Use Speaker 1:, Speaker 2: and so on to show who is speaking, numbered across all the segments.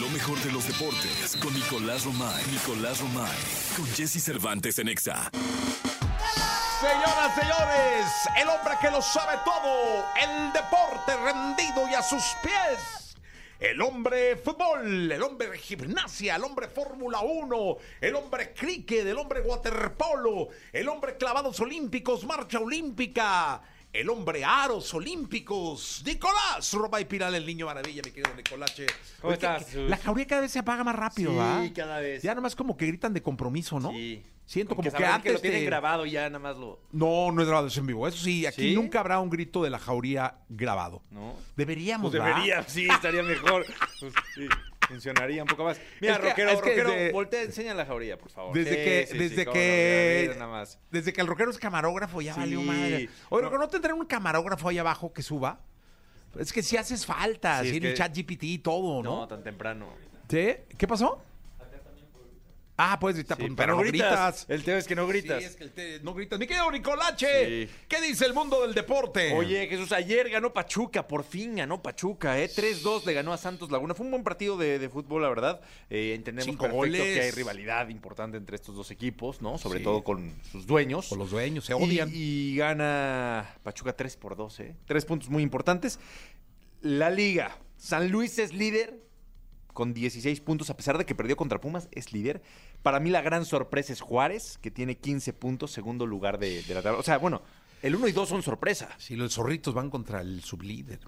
Speaker 1: Lo mejor de los deportes con Nicolás Romay. Nicolás Romay. Con Jesse Cervantes en Exa.
Speaker 2: Señoras, señores, el hombre que lo sabe todo, el deporte rendido y a sus pies. El hombre fútbol, el hombre gimnasia, el hombre Fórmula 1, el hombre cricket, el hombre waterpolo, el hombre clavados olímpicos, marcha olímpica, el hombre aros olímpicos, Nicolás Robay Piral, el niño maravilla, mi querido Nicolache.
Speaker 3: ¿Cómo
Speaker 2: Oye, que-
Speaker 3: estás,
Speaker 2: que-
Speaker 3: Jesús?
Speaker 2: La jauría cada vez se apaga más rápido,
Speaker 3: Sí,
Speaker 2: ¿va?
Speaker 3: cada vez.
Speaker 2: Ya nomás como que gritan de compromiso, ¿no?
Speaker 3: Sí.
Speaker 2: Siento como, que,
Speaker 3: saber
Speaker 2: antes
Speaker 3: que lo tienen
Speaker 2: te-
Speaker 3: grabado y ya nada más lo.
Speaker 2: no, no es grabado, es en vivo. Eso sí, aquí
Speaker 3: ¿Sí?
Speaker 2: nunca habrá un grito de la jauría grabado.
Speaker 3: No.
Speaker 2: Deberíamos,
Speaker 3: Pues
Speaker 2: ¿verdad?
Speaker 3: debería, sí, estaría mejor. Pues, sí, funcionaría un poco más. Mira,
Speaker 2: Es que-
Speaker 3: rockero,
Speaker 2: es que
Speaker 3: rockero,
Speaker 2: desde-
Speaker 3: voltea, enseña la jauría, por favor.
Speaker 2: Desde
Speaker 3: Sí,
Speaker 2: que,
Speaker 3: sí, sí,
Speaker 2: desde
Speaker 3: cómo
Speaker 2: que,
Speaker 3: no, mira, mira nada más.
Speaker 2: desde que el rockero es camarógrafo, ya
Speaker 3: Sí.
Speaker 2: valió madre. Oye,
Speaker 3: No.
Speaker 2: ¿no, ¿no tendrán un camarógrafo ahí abajo que suba? Es que si haces falta,
Speaker 3: Sí,
Speaker 2: sí,
Speaker 3: es
Speaker 2: en el
Speaker 3: que-
Speaker 2: chat GPT y todo,
Speaker 3: No,
Speaker 2: ¿no?
Speaker 3: tan temprano.
Speaker 2: ¿Sí? ¿Qué pasó? Ah, puedes gritar,
Speaker 3: Sí,
Speaker 2: pues, pero no gritas.
Speaker 3: El tema es que no gritas.
Speaker 2: Sí, es que el te- no gritas. Mi querido Nicolache,
Speaker 3: Sí.
Speaker 2: ¿qué dice el mundo del deporte?
Speaker 3: Oye, Jesús, ayer ganó Pachuca, por fin ganó Pachuca, ¿eh? 3-2 le ganó a Santos Laguna. Fue un buen partido de, de fútbol, la verdad. Eh, entendemos
Speaker 2: Cinco
Speaker 3: perfecto
Speaker 2: goles.
Speaker 3: que hay rivalidad importante entre estos dos equipos, ¿no? Sobre
Speaker 2: Sí.
Speaker 3: todo con sus dueños.
Speaker 2: Con Pues los dueños, se
Speaker 3: Y-
Speaker 2: odian.
Speaker 3: Y, gana Pachuca 3 por 2, ¿eh? Tres puntos muy importantes. La liga. San Luis es líder con 16 puntos, a pesar de que perdió contra Pumas, es líder. Para mí la gran sorpresa es Juárez, que tiene 15 puntos, segundo lugar de, de la tabla. O sea, bueno, el 1 y 2 son sorpresa
Speaker 2: Si los zorritos van contra el sublíder.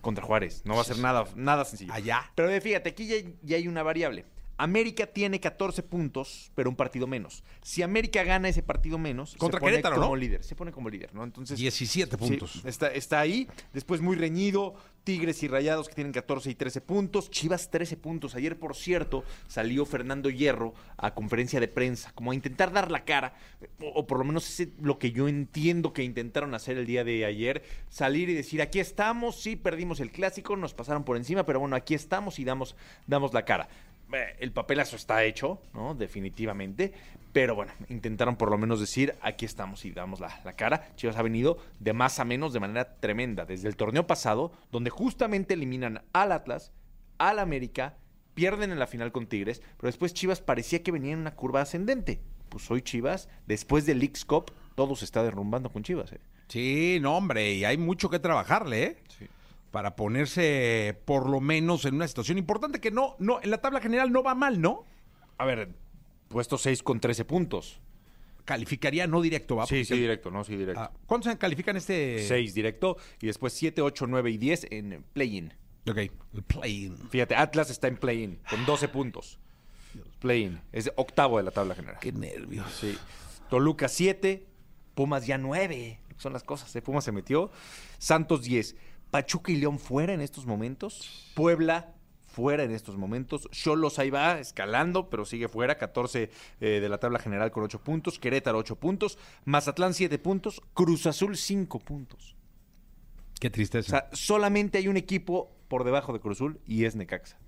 Speaker 3: contra Juárez. No va a ser nada, nada sencillo.
Speaker 2: Allá.
Speaker 3: Pero eh, fíjate, aquí ya, ya hay una variable. América tiene 14 puntos, pero un partido menos. Si América gana ese partido menos,
Speaker 2: Contra
Speaker 3: se pone
Speaker 2: Querétaro,
Speaker 3: como
Speaker 2: ¿no?
Speaker 3: líder. Se pone como líder, ¿no? Entonces,
Speaker 2: 17
Speaker 3: Sí,
Speaker 2: puntos.
Speaker 3: está, está ahí. Después muy reñido. Tigres y Rayados que tienen 14 y 13 puntos. Chivas 13 puntos. Ayer, por cierto, salió Fernando Hierro a conferencia de prensa, como a intentar dar la cara, o, o por lo menos ese es lo que yo entiendo que intentaron hacer el día de ayer, salir y decir, aquí estamos, sí, perdimos el clásico, nos pasaron por encima, pero bueno, aquí estamos y damos, damos la cara. Eh, El papelazo está hecho, ¿no? Definitivamente. Pero bueno, intentaron por lo menos decir, aquí estamos y damos la, la cara. Chivas ha venido de más a menos de manera tremenda. Desde el torneo pasado, donde justamente eliminan al Atlas, al América, pierden en la final con Tigres, pero después Chivas parecía que venía en una curva ascendente. Pues hoy Chivas, después del Leagues Cup, todo se está derrumbando con Chivas. ¿eh?
Speaker 2: Sí, no, hombre, y hay mucho que trabajarle, ¿eh? Para ponerse por lo menos en una situación importante que no, no, en la tabla general no va mal, ¿no?
Speaker 3: A ver, puesto 6 con 13 puntos.
Speaker 2: Calificaría no directo, ¿va?
Speaker 3: sí,
Speaker 2: Porque-
Speaker 3: sí, directo, no, sí, directo.
Speaker 2: Ah, ¿Cuántos califican este?
Speaker 3: 6 eh, directo y después 7, 8, 9 y 10 en play-in.
Speaker 2: Ok, el play-in.
Speaker 3: Fíjate, Atlas está en play-in con 12 puntos. Play-in. Es octavo de la tabla general.
Speaker 2: Qué nervios.
Speaker 3: Sí. Toluca 7, Pumas ya 9. Son las cosas. ¿eh? Pumas se metió. Santos 10. Pachuca y León fuera en estos momentos. Puebla fuera en estos momentos. Cholos ahí va escalando, pero sigue fuera. 14 eh, de la tabla general con 8 puntos. Querétaro 8 puntos. Mazatlán 7 puntos. Cruz Azul 5 puntos.
Speaker 2: Qué
Speaker 3: O
Speaker 2: tristeza.
Speaker 3: sea, solamente hay un equipo por debajo de Cruz Azul y es Necaxa.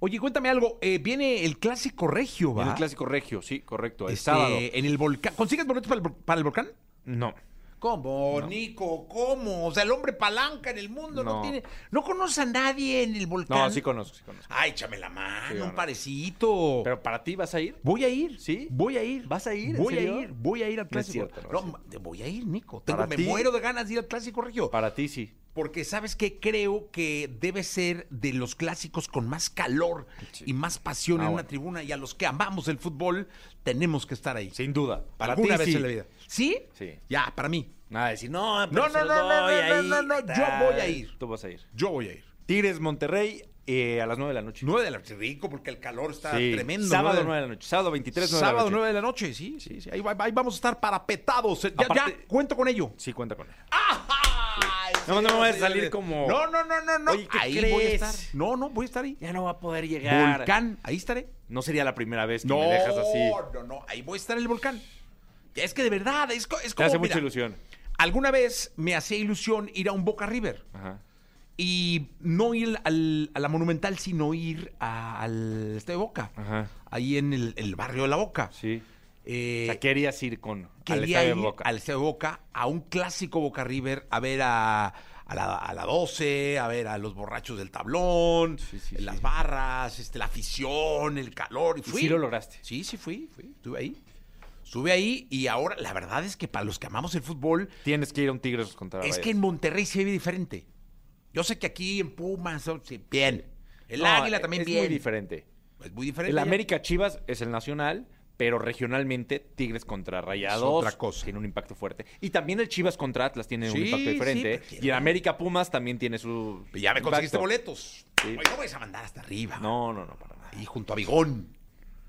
Speaker 2: Oye, cuéntame algo. eh, viene el clásico regio, ¿va?
Speaker 3: En el clásico regio, sí, correcto. El
Speaker 2: Este,
Speaker 3: sábado.
Speaker 2: En el volcán. ¿Consigues boletos para el, vol- para el volcán?
Speaker 3: No.
Speaker 2: ¿Cómo, Nico? ¿Cómo? O sea, el hombre palanca en el mundo no,
Speaker 3: No.
Speaker 2: tiene. No conoce a nadie en el volcán.
Speaker 3: No, sí conozco, sí conozco.
Speaker 2: Ay, Ah, échame la mano,
Speaker 3: Sí, bueno.
Speaker 2: un parecito.
Speaker 3: Pero para ti vas a ir.
Speaker 2: voy a ir.
Speaker 3: ¿Sí?
Speaker 2: Voy a ir.
Speaker 3: ¿Vas a ir? ¿En
Speaker 2: Voy
Speaker 3: serio?
Speaker 2: a ir. Voy a ir al
Speaker 3: No es
Speaker 2: clásico. No,
Speaker 3: cierto, no es
Speaker 2: ma- voy a ir, Nico. Tengo-
Speaker 3: Para
Speaker 2: me
Speaker 3: ti-
Speaker 2: muero de ganas de ir al clásico regio.
Speaker 3: Para ti sí.
Speaker 2: Porque sabes que creo que debe ser de los clásicos con más calor
Speaker 3: Sí.
Speaker 2: y más pasión
Speaker 3: Ah,
Speaker 2: en una
Speaker 3: bueno.
Speaker 2: tribuna y a los que amamos el fútbol tenemos que estar ahí.
Speaker 3: Sin duda. Para
Speaker 2: Alguna
Speaker 3: ti
Speaker 2: vez
Speaker 3: sí.
Speaker 2: en la vida. ¿Sí?
Speaker 3: Sí.
Speaker 2: Ya, para mí.
Speaker 3: Nada, de decir, no,
Speaker 2: No,
Speaker 3: pero
Speaker 2: no,
Speaker 3: se los
Speaker 2: no, no,
Speaker 3: doy
Speaker 2: no,
Speaker 3: ahí,
Speaker 2: no, no, no,
Speaker 3: tal.
Speaker 2: yo voy a ir.
Speaker 3: Tú vas a ir.
Speaker 2: Yo voy a ir.
Speaker 3: Tigres Monterrey eh, a las 9 de la noche.
Speaker 2: Nueve de la noche, rico, porque el calor está
Speaker 3: Sí.
Speaker 2: tremendo.
Speaker 3: Sábado
Speaker 2: nueve
Speaker 3: 9 de la noche. Sábado 23, 9
Speaker 2: Sábado
Speaker 3: de la noche.
Speaker 2: 9 de la noche, sí, sí, sí. Ahí, va- ahí vamos a estar parapetados. Ya,
Speaker 3: Aparte-
Speaker 2: ya, cuento con ello.
Speaker 3: Sí, cuenta con él.
Speaker 2: ¡Ajá!
Speaker 3: No, no me voy a salir
Speaker 2: Sí,
Speaker 3: como-
Speaker 2: No, no, no, no, no.
Speaker 3: Oye, ¿qué
Speaker 2: ahí
Speaker 3: crees?
Speaker 2: voy a estar. No, no, voy a estar ahí.
Speaker 3: Ya no va a poder llegar.
Speaker 2: Volcán, ahí estaré.
Speaker 3: No sería la primera vez que me dejas así.
Speaker 2: no, no, ahí voy a estar en el volcán. Es que de verdad, es, co- es
Speaker 3: Te
Speaker 2: como.
Speaker 3: hace
Speaker 2: mira,
Speaker 3: mucha ilusión.
Speaker 2: Alguna vez me hacía ilusión ir a un Boca River
Speaker 3: Ajá.
Speaker 2: y no ir al- a la Monumental, sino ir a- al Estadio Boca.
Speaker 3: Ajá.
Speaker 2: Ahí en el, el barrio de la Boca.
Speaker 3: Ah. Sí.
Speaker 2: Eh,
Speaker 3: o sea, querías ir con al
Speaker 2: quería
Speaker 3: estadio de
Speaker 2: ir
Speaker 3: Boca.
Speaker 2: al Estadio Boca a un clásico Boca River a ver a, a la, a la 12, a ver a los borrachos del tablón,
Speaker 3: Sí, sí,
Speaker 2: las
Speaker 3: sí.
Speaker 2: barras, este, la afición, el calor. Y fui.
Speaker 3: sí lo lograste?
Speaker 2: Sí, sí fui, fui, estuve ahí. Estuve ahí y ahora la verdad es que para los que amamos el fútbol,
Speaker 3: Tienes que ir a un Tigres contra
Speaker 2: es
Speaker 3: Rayados.
Speaker 2: que en Monterrey se vive diferente. Yo sé que aquí en Pumas, oh, sí, bien. El
Speaker 3: No, e-,
Speaker 2: Águila también
Speaker 3: es
Speaker 2: bien.
Speaker 3: muy diferente.
Speaker 2: Es muy diferente.
Speaker 3: El
Speaker 2: ya.
Speaker 3: América Chivas es el nacional, pero regionalmente Tigres contra Rayados
Speaker 2: otra cosa.
Speaker 3: tiene un impacto fuerte. Y también el Chivas contra Atlas tiene un
Speaker 2: Sí,
Speaker 3: impacto
Speaker 2: sí,
Speaker 3: diferente. ¿eh?
Speaker 2: porque
Speaker 3: y el
Speaker 2: no.
Speaker 3: América Pumas también tiene su.
Speaker 2: Pues Ya me conseguiste
Speaker 3: impacto.
Speaker 2: boletos.
Speaker 3: Sí.
Speaker 2: Oye, no vais a mandar hasta arriba.
Speaker 3: No, no, no, para nada.
Speaker 2: Ahí junto a Bigón.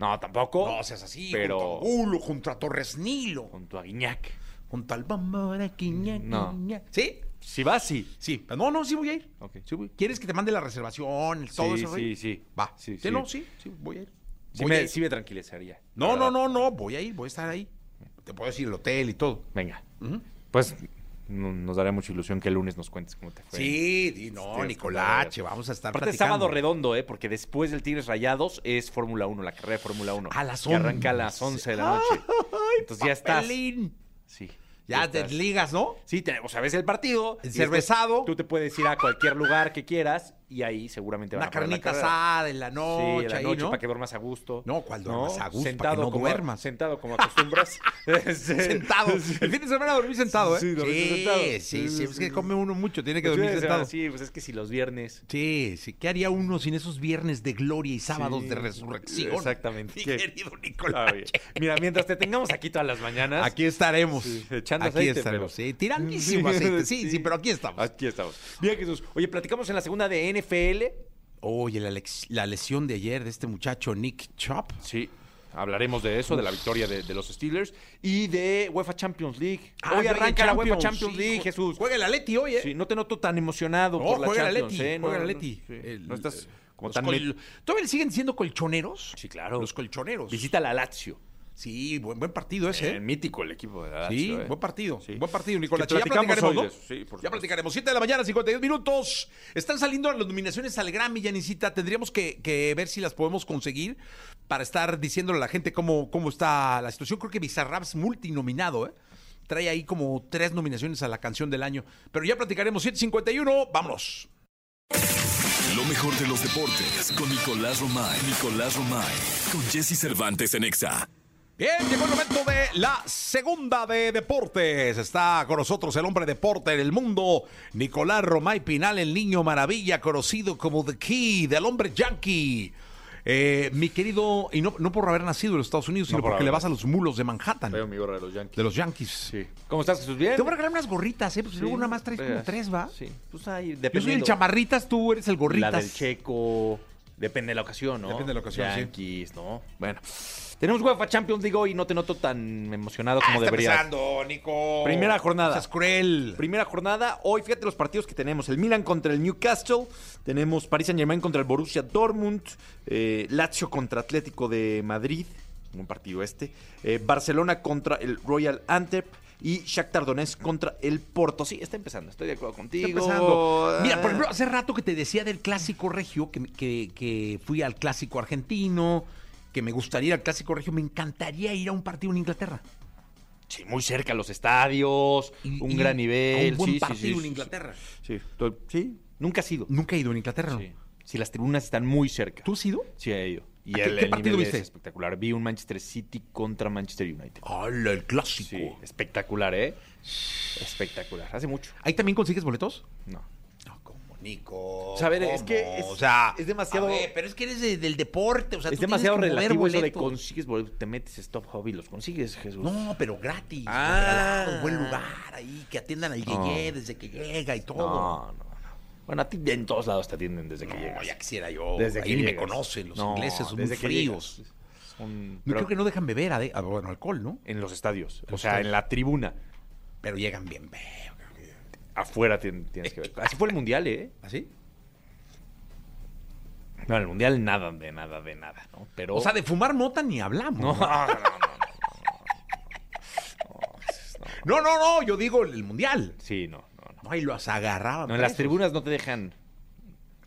Speaker 3: No, tampoco.
Speaker 2: No seas así.
Speaker 3: Pero-
Speaker 2: Junto a Angulo, junto a Torres Nilo.
Speaker 3: Junto a Guiñac.
Speaker 2: Junto al Bambara, quiña,
Speaker 3: Mm, No.
Speaker 2: quiña. ¿Sí?
Speaker 3: Si va, sí.
Speaker 2: Sí. Pero No, no, sí voy a ir.
Speaker 3: Ok.
Speaker 2: Sí voy. ¿Quieres que te mande la reservación, el- todo
Speaker 3: Sí,
Speaker 2: eso?
Speaker 3: sí, sí.
Speaker 2: Va.
Speaker 3: Sí,
Speaker 2: Sí,
Speaker 3: sí.
Speaker 2: no, sí, sí, voy a ir.
Speaker 3: Sí
Speaker 2: Voy a
Speaker 3: me,
Speaker 2: ir.
Speaker 3: sí me tranquilizaría.
Speaker 2: No,
Speaker 3: la
Speaker 2: no,
Speaker 3: verdad.
Speaker 2: no, no, voy a ir, voy a estar ahí. Te puedo decir el hotel y todo.
Speaker 3: Venga. Pues no- nos daría mucha ilusión que el lunes nos cuentes cómo te fue.
Speaker 2: Sí, sí, no,
Speaker 3: Dios,
Speaker 2: Nicolache,
Speaker 3: qué barbaridad.
Speaker 2: vamos a estar
Speaker 3: Aparte,
Speaker 2: platicando.
Speaker 3: sábado redondo, ¿eh? Porque después del Tigres Rayados es Fórmula 1, la carrera de Fórmula 1.
Speaker 2: A las
Speaker 3: Que arranca a
Speaker 2: 11.
Speaker 3: las 11 de la noche. Entonces ya estás.
Speaker 2: Papelín.
Speaker 3: Sí.
Speaker 2: Ya
Speaker 3: estás.
Speaker 2: desligas, ¿no?
Speaker 3: Sí, te- o sea, ves el partido. y
Speaker 2: Encervezado.
Speaker 3: después Tú te puedes ir a cualquier lugar que quieras y ahí seguramente van
Speaker 2: Una
Speaker 3: a poner la
Speaker 2: carnita
Speaker 3: carrera.
Speaker 2: asada en la noche,
Speaker 3: sí, en la
Speaker 2: ahí,
Speaker 3: noche
Speaker 2: ¿no?
Speaker 3: para que duermas a gusto.
Speaker 2: No, ¿cuál duermas a gusto? Para que no
Speaker 3: como,
Speaker 2: duermas.
Speaker 3: Sentado como acostumbras. Este,
Speaker 2: Sentado. El fin de semana dormí sentado, ¿eh?
Speaker 3: Sí, dormí
Speaker 2: sí,
Speaker 3: sentado.
Speaker 2: Sí, sí,
Speaker 3: Sí, sí,
Speaker 2: Es que
Speaker 3: sí.
Speaker 2: come uno mucho, tiene que
Speaker 3: Pues,
Speaker 2: dormir
Speaker 3: sí,
Speaker 2: sentado. Sí.
Speaker 3: Sí, pues es que si los viernes.
Speaker 2: sí, ¿Qué haría uno sin esos viernes de gloria y sábados
Speaker 3: Sí,
Speaker 2: de resurrección?
Speaker 3: exactamente.
Speaker 2: Mi
Speaker 3: ¿Qué?
Speaker 2: querido
Speaker 3: Ah,
Speaker 2: Nicolás.
Speaker 3: bien. Mira, mientras te tengamos aquí todas las mañanas.
Speaker 2: Aquí estaremos.
Speaker 3: Sí, echando
Speaker 2: aquí
Speaker 3: aceite,
Speaker 2: estaremos.
Speaker 3: pero-
Speaker 2: Sí, tirandísimo
Speaker 3: Sí,
Speaker 2: aceite. Sí, sí,
Speaker 3: sí.
Speaker 2: pero aquí estamos.
Speaker 3: Aquí estamos. Bien, Jesús. Oye, platicamos en la segunda de NFL.
Speaker 2: Oye, la, lex- la lesión de ayer de este muchacho Nick Chop.
Speaker 3: Sí. Hablaremos de eso, de la victoria de, de los Steelers y de UEFA Champions League. hoy arranca la UEFA Ah, Champions League, Jesús.
Speaker 2: Juega el Atleti hoy, ¿eh?
Speaker 3: Sí, no te noto tan emocionado
Speaker 2: No,
Speaker 3: por la
Speaker 2: juega el
Speaker 3: Champions,
Speaker 2: Atleti.
Speaker 3: ¿eh? No,
Speaker 2: juega el
Speaker 3: no,
Speaker 2: Atleti.
Speaker 3: sí.
Speaker 2: El- eh,
Speaker 3: no estás como
Speaker 2: los
Speaker 3: tan...
Speaker 2: col-
Speaker 3: met-
Speaker 2: ¿Todavía siguen siendo colchoneros?
Speaker 3: Sí, claro.
Speaker 2: Los colchoneros.
Speaker 3: Visita la Lazio.
Speaker 2: Sí, buen, buen partido ese,
Speaker 3: El
Speaker 2: ¿eh?
Speaker 3: mítico el equipo de la Lazio.
Speaker 2: Sí,
Speaker 3: ¿eh?
Speaker 2: buen partido.
Speaker 3: Sí.
Speaker 2: Buen partido, Nicolás.
Speaker 3: Que
Speaker 2: Ya
Speaker 3: platicamos
Speaker 2: platicaremos,
Speaker 3: hoy
Speaker 2: ¿no?
Speaker 3: de eso, sí, por
Speaker 2: ya
Speaker 3: supuesto.
Speaker 2: platicaremos. 7 de la mañana, 52 minutos. Están saliendo las nominaciones al Grammy, Yanisita. Tendríamos que, que ver si las podemos conseguir para estar diciéndole a la gente cómo, cómo está la situación. Creo que Bizarrap es multinominado, ¿eh? Trae ahí como tres nominaciones a la canción del año. Pero ya platicaremos. 751, vámonos.
Speaker 1: Lo mejor de los deportes con Nicolás Romay. Nicolás Romay. Con Jesse Cervantes en Exa.
Speaker 2: Bien, llegó el momento de la segunda de deportes. Está con nosotros el hombre deporte del mundo, Nicolás Romay Pinal, el niño maravilla, conocido como The Kid, el hombre yankee. Eh, mi querido, y no, no por haber nacido en los Estados Unidos,
Speaker 3: No
Speaker 2: sino
Speaker 3: por
Speaker 2: porque le
Speaker 3: haber.
Speaker 2: vas a los mulos de Manhattan,
Speaker 3: Veo
Speaker 2: de
Speaker 3: mi gorra de los Yankees.
Speaker 2: los Yankees.
Speaker 3: Sí. ¿Cómo estás, Jesús? Bien.
Speaker 2: Te voy a regalar unas gorritas, ¿eh? Porque
Speaker 3: Sí,
Speaker 2: luego nada más traes como
Speaker 3: veas.
Speaker 2: tres, ¿va?
Speaker 3: Sí. Pues ahí,
Speaker 2: Yo soy el
Speaker 3: dependiendo.
Speaker 2: chamarritas, tú eres el gorritas.
Speaker 3: La del checo. Depende de la ocasión, ¿no?
Speaker 2: Depende de la ocasión, sí.
Speaker 3: Yankees, ¿no? Bueno. Tenemos UEFA Champions League hoy y no te noto tan emocionado
Speaker 2: Ah,
Speaker 3: como
Speaker 2: está
Speaker 3: deberías.
Speaker 2: empezando, Nico.
Speaker 3: Primera jornada.
Speaker 2: No seas cruel.
Speaker 3: Primera jornada, hoy fíjate los partidos que tenemos. El Milan contra el Newcastle, tenemos Paris Saint Germain contra el Borussia Dortmund, eh, Lazio contra Atlético de Madrid, un partido este, eh, Barcelona contra el Royal Antep y Shakhtar Donetsk contra el Porto. Sí, está empezando, estoy de acuerdo contigo.
Speaker 2: Está empezando. Mira, por
Speaker 3: Ah.
Speaker 2: ejemplo, hace rato que te decía del clásico regio, que, que- que fui al clásico argentino, que me gustaría ir al clásico regio, me encantaría ir a un partido en Inglaterra.
Speaker 3: Sí, muy cerca los estadios,
Speaker 2: Y-
Speaker 3: un
Speaker 2: y
Speaker 3: gran nivel.
Speaker 2: a un buen
Speaker 3: sí, sí,
Speaker 2: partido
Speaker 3: sí,
Speaker 2: en
Speaker 3: sí,
Speaker 2: Inglaterra.
Speaker 3: Sí, estoy- sí, nunca ha sido.
Speaker 2: Nunca he ido en Inglaterra, ¿no?
Speaker 3: Sí. Sí, las tribunas están muy cerca.
Speaker 2: ¿Tú has ido?
Speaker 3: Sí, he ido. ¿Y
Speaker 2: ¿Qué-
Speaker 3: el,
Speaker 2: qué
Speaker 3: el
Speaker 2: partido
Speaker 3: nivel es
Speaker 2: viste? Oh,
Speaker 3: espectacular. Vi un Manchester City contra Manchester United.
Speaker 2: ¡Hala, el clásico!
Speaker 3: Sí, espectacular, ¿eh? Espectacular. Hace mucho.
Speaker 2: ¿Ahí también consigues boletos?
Speaker 3: No.
Speaker 2: No, como Nico.
Speaker 3: O sea, a ver, es que es-
Speaker 2: o sea,
Speaker 3: es demasiado-
Speaker 2: a ver, pero es que eres de- del deporte, o sea,
Speaker 3: es
Speaker 2: tú tienes
Speaker 3: demasiado
Speaker 2: que mover
Speaker 3: relativo eso de
Speaker 2: boletos.
Speaker 3: consigues boletos, te metes a Stop Hobby, los consigues, Jesús.
Speaker 2: No, pero gratis.
Speaker 3: Pues, Ah.
Speaker 2: regalado, buen lugar ahí, que atiendan al
Speaker 3: No.
Speaker 2: yeye desde que llega y todo.
Speaker 3: no, no, no. Bueno, a ti en todos lados te atienden desde que
Speaker 2: No,
Speaker 3: llegas.
Speaker 2: ya quisiera yo.
Speaker 3: Desde
Speaker 2: Ahí
Speaker 3: que
Speaker 2: ni me
Speaker 3: llegas.
Speaker 2: conocen, los
Speaker 3: No,
Speaker 2: ingleses son muy
Speaker 3: desde que
Speaker 2: fríos.
Speaker 3: llegas. Son-
Speaker 2: No
Speaker 3: pero
Speaker 2: creo que no dejan beber, ade- ah, bueno, alcohol, ¿no?
Speaker 3: en los estadios, o
Speaker 2: los
Speaker 3: sea,
Speaker 2: estadios.
Speaker 3: en la tribuna,
Speaker 2: Pero llegan bien, be-
Speaker 3: afuera tien- tienes que ver. Así fue el mundial, ¿eh?
Speaker 2: ¿Así?
Speaker 3: No, en el mundial nada de nada de nada, ¿no? Pero
Speaker 2: O sea, de fumar mota ni hablamos. No,
Speaker 3: no, no, no, no,
Speaker 2: no, no, yo digo el mundial.
Speaker 3: sí, no, no, no.
Speaker 2: No, ahí los agarraban.
Speaker 3: No, en las
Speaker 2: presos.
Speaker 3: tribunas no te dejan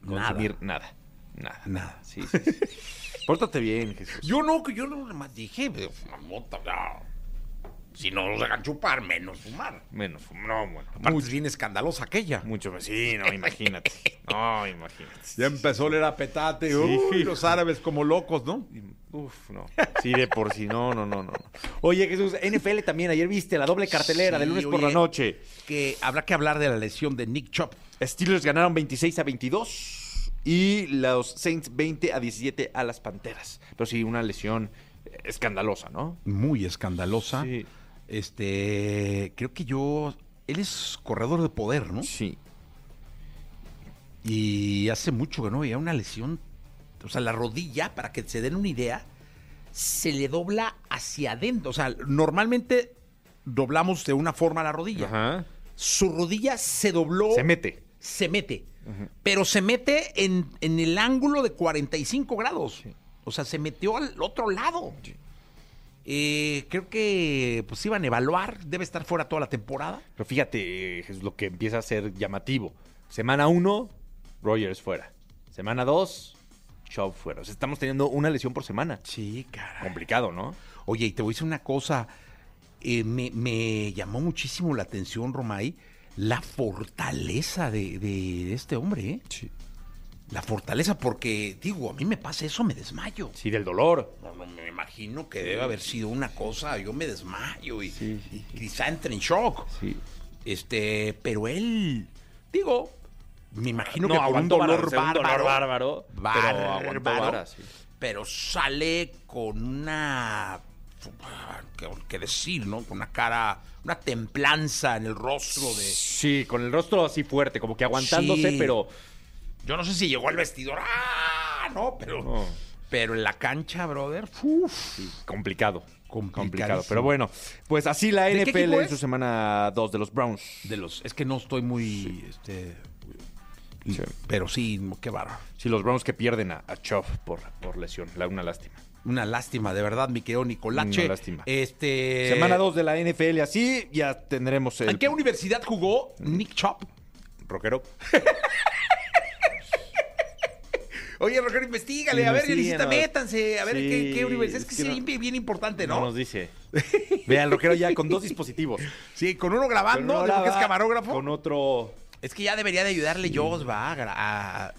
Speaker 2: Nada.
Speaker 3: consumir nada. Nada.
Speaker 2: Nada.
Speaker 3: Sí, sí, sí. Pórtate bien, Jesús.
Speaker 2: Yo "Pues, no, que yo no nada más dije, be- fumar mota, no. Si no los dejan chupar, menos fumar.
Speaker 3: Menos, no, bueno.
Speaker 2: Aparte es bien escandalosa aquella.
Speaker 3: Mucho, sí, no, imagínate. No, imagínate.
Speaker 4: Ya empezó a oler a petate. Uy, los árabes como locos, ¿no?
Speaker 3: Uf, no. Sí, de por sí, no, no, no, no. Oye, Jesús, NFL también, ayer viste la doble cartelera de
Speaker 2: Sí,
Speaker 3: lunes por
Speaker 2: oye.
Speaker 3: la noche.
Speaker 2: Que habrá que hablar de la lesión de Nick Chop.
Speaker 3: Steelers ganaron 26 a 22 y los Saints 20 a 17 a las Panteras. Pero sí, una lesión eh, escandalosa, ¿no?
Speaker 4: Muy escandalosa.
Speaker 3: Sí.
Speaker 2: Este, creo que yo. Él es corredor de poder, ¿no?
Speaker 3: Sí.
Speaker 2: Y hace mucho que no veía una lesión. O sea, la rodilla, para que se den una idea, se le dobla hacia adentro. O sea, normalmente doblamos de una forma la rodilla.
Speaker 3: Ajá.
Speaker 2: Su rodilla se dobló.
Speaker 3: Se mete.
Speaker 2: Se mete. Pero se mete en, en el ángulo de 45 grados. O sea, se metió al otro lado. Eh, creo que pues iban a evaluar. Debe estar fuera toda la temporada.
Speaker 3: Pero fíjate, Jesús, lo que empieza a ser llamativo. Semana 1, Rogers fuera. Semana 2, Chubb fuera. O sea, estamos teniendo una lesión por semana.
Speaker 2: Sí, cara.
Speaker 3: Complicado, ¿no?
Speaker 2: Oye, y te voy a decir una cosa. eh, me, me llamó muchísimo la atención, Romay, la fortaleza de, de- de este hombre, ¿eh?
Speaker 3: Sí.
Speaker 2: La fortaleza, porque, digo, a mí me pasa eso, me desmayo.
Speaker 3: Sí, del dolor.
Speaker 2: No, no, me imagino que debe haber sido una cosa, yo me desmayo y,
Speaker 3: Sí, sí,
Speaker 2: y quizá entre en shock.
Speaker 3: Sí.
Speaker 2: Este, pero él, digo, me imagino
Speaker 3: No,
Speaker 2: que por un
Speaker 3: aguantó
Speaker 2: dolor
Speaker 3: varas, un
Speaker 2: bárbaro,
Speaker 3: dolor bárbaro, pero aguantó
Speaker 2: bárbaro,
Speaker 3: varas, sí.
Speaker 2: pero sale con una, qué, qué decir, ¿no? Con una cara, una templanza en el rostro de...
Speaker 3: Sí, con el rostro así fuerte, como que aguantándose,
Speaker 2: Sí.
Speaker 3: pero.
Speaker 2: Yo no sé si llegó al vestidor, ¡ah! No, pero...
Speaker 3: No.
Speaker 2: Pero en la cancha, brother, ¡uf!
Speaker 3: Sí, complicado. Complicado.
Speaker 2: Complicadísimo.
Speaker 3: Pero bueno, pues así la
Speaker 2: ¿De qué
Speaker 3: NFL
Speaker 2: equipo
Speaker 3: en
Speaker 2: es?
Speaker 3: su semana 2 de los Browns.
Speaker 2: De los, es que no estoy muy, este,
Speaker 3: Sí.
Speaker 2: pero sí, qué bárbaro.
Speaker 3: Sí, los Browns que pierden a, a Chubb por, por lesión. La, una lástima.
Speaker 2: Una lástima, de verdad, mi querido Nicolache.
Speaker 3: Una lástima.
Speaker 2: Este.
Speaker 3: semana 2 de la NFL, así ya tendremos el.
Speaker 2: ¿En qué universidad jugó Nick Chop?
Speaker 3: Rockero.
Speaker 2: Oye, Roger, investigale, a ver, Elisita,
Speaker 3: Investíganos.
Speaker 2: métanse, a ver
Speaker 3: Sí,
Speaker 2: qué, qué universidad. Es que
Speaker 3: es que
Speaker 2: sí,
Speaker 3: no-
Speaker 2: bien, bien importante, ¿no?
Speaker 3: No nos dice. Vea, el rockero ya con dos dispositivos.
Speaker 2: Sí, con uno grabando,
Speaker 3: Con
Speaker 2: de lo que es
Speaker 3: graba-
Speaker 2: camarógrafo.
Speaker 3: Con otro.
Speaker 2: Es que ya debería de ayudarle yo, va, a gra- a- a-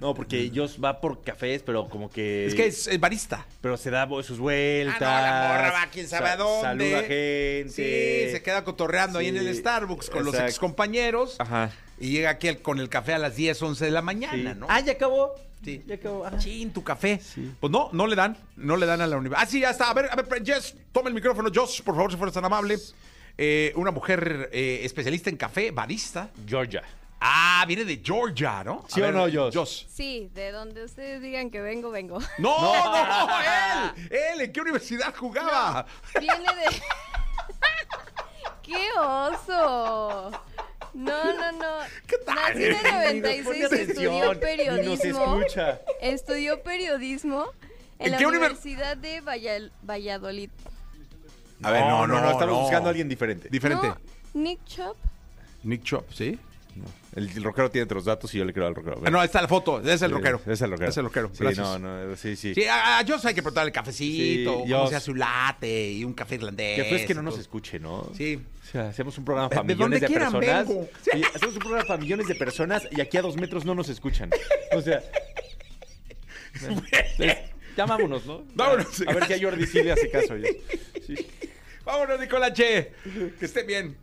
Speaker 3: No, porque ellos va por cafés, pero como Mm. que.
Speaker 2: Es que es, es barista.
Speaker 3: Pero se da sus vueltas.
Speaker 2: Ah, no, la morra va quién sabe a
Speaker 3: sa-
Speaker 2: dónde.
Speaker 3: Saluda gente.
Speaker 2: Sí, se queda cotorreando ahí en
Speaker 3: Sí,
Speaker 2: el Starbucks con los
Speaker 3: exacto.
Speaker 2: excompañeros.
Speaker 3: Ajá.
Speaker 2: Y llega aquí el- con el café a las 10, 11 de la mañana,
Speaker 3: Sí.
Speaker 2: ¿no?
Speaker 3: Ah, ya acabó.
Speaker 2: Sí.
Speaker 3: Ya acabó. ajá.
Speaker 2: Chin, tu café.
Speaker 4: Pues no, no le dan, no le dan a la universidad. Ah, sí, ya está. A ver, a ver, Jess, toma el micrófono, Josh, por favor, si fueras tan amable.
Speaker 2: Eh, una mujer eh, especialista en café, barista.
Speaker 3: Georgia.
Speaker 2: Ah, viene de Georgia, ¿no?
Speaker 3: ¿Sí o no, Josh?
Speaker 5: Sí, de donde ustedes digan que vengo, vengo.
Speaker 4: No, no, él, él, ¿en qué universidad jugaba?
Speaker 5: Viene de... ¡Qué oso! No, no, no.
Speaker 2: ¿Qué tal?
Speaker 5: Nací en el 96,
Speaker 3: Ponle atención,
Speaker 5: estudió
Speaker 3: Ni
Speaker 5: periodismo.
Speaker 3: nos escucha.
Speaker 5: Estudió periodismo en,
Speaker 2: ¿En
Speaker 5: la
Speaker 2: qué univer-
Speaker 5: Universidad de Valla- Valladolid.
Speaker 4: A ver, no, no, no,
Speaker 3: Estamos
Speaker 4: no.
Speaker 3: buscando a alguien diferente.
Speaker 4: Diferente.
Speaker 5: No, Nick Chop.
Speaker 4: Nick Chop, ¿sí?
Speaker 3: El, el rockero tiene otros datos y yo le creo al rockero.
Speaker 4: Ah, no, ahí está la foto, es el
Speaker 3: Sí,
Speaker 4: rockero.
Speaker 3: Es el rockero.
Speaker 4: Es el rockero,
Speaker 3: Sí,
Speaker 4: gracias.
Speaker 3: no, no, sí, sí.
Speaker 2: Sí, a, a Josh hay que preguntarle el cafecito,
Speaker 3: Sí,
Speaker 2: cómo
Speaker 3: Josh.
Speaker 2: se hace un latte y un café irlandés.
Speaker 3: Que pues es que no
Speaker 2: y
Speaker 3: nos
Speaker 2: todo.
Speaker 3: escuche, ¿no?
Speaker 2: Sí.
Speaker 3: O sea, hacemos un programa para
Speaker 2: De- de
Speaker 3: millones
Speaker 2: donde
Speaker 3: de
Speaker 2: quieran,
Speaker 3: personas.
Speaker 2: vengo.
Speaker 3: Sí, hacemos un programa para millones de personas y aquí a dos metros no nos escuchan. O sea. es- ya vámonos, ¿no?
Speaker 4: Vámonos.
Speaker 3: A ver si a Jordi sí le hace caso. yo. Sí.
Speaker 4: Vámonos, Nicolache. Que esté bien.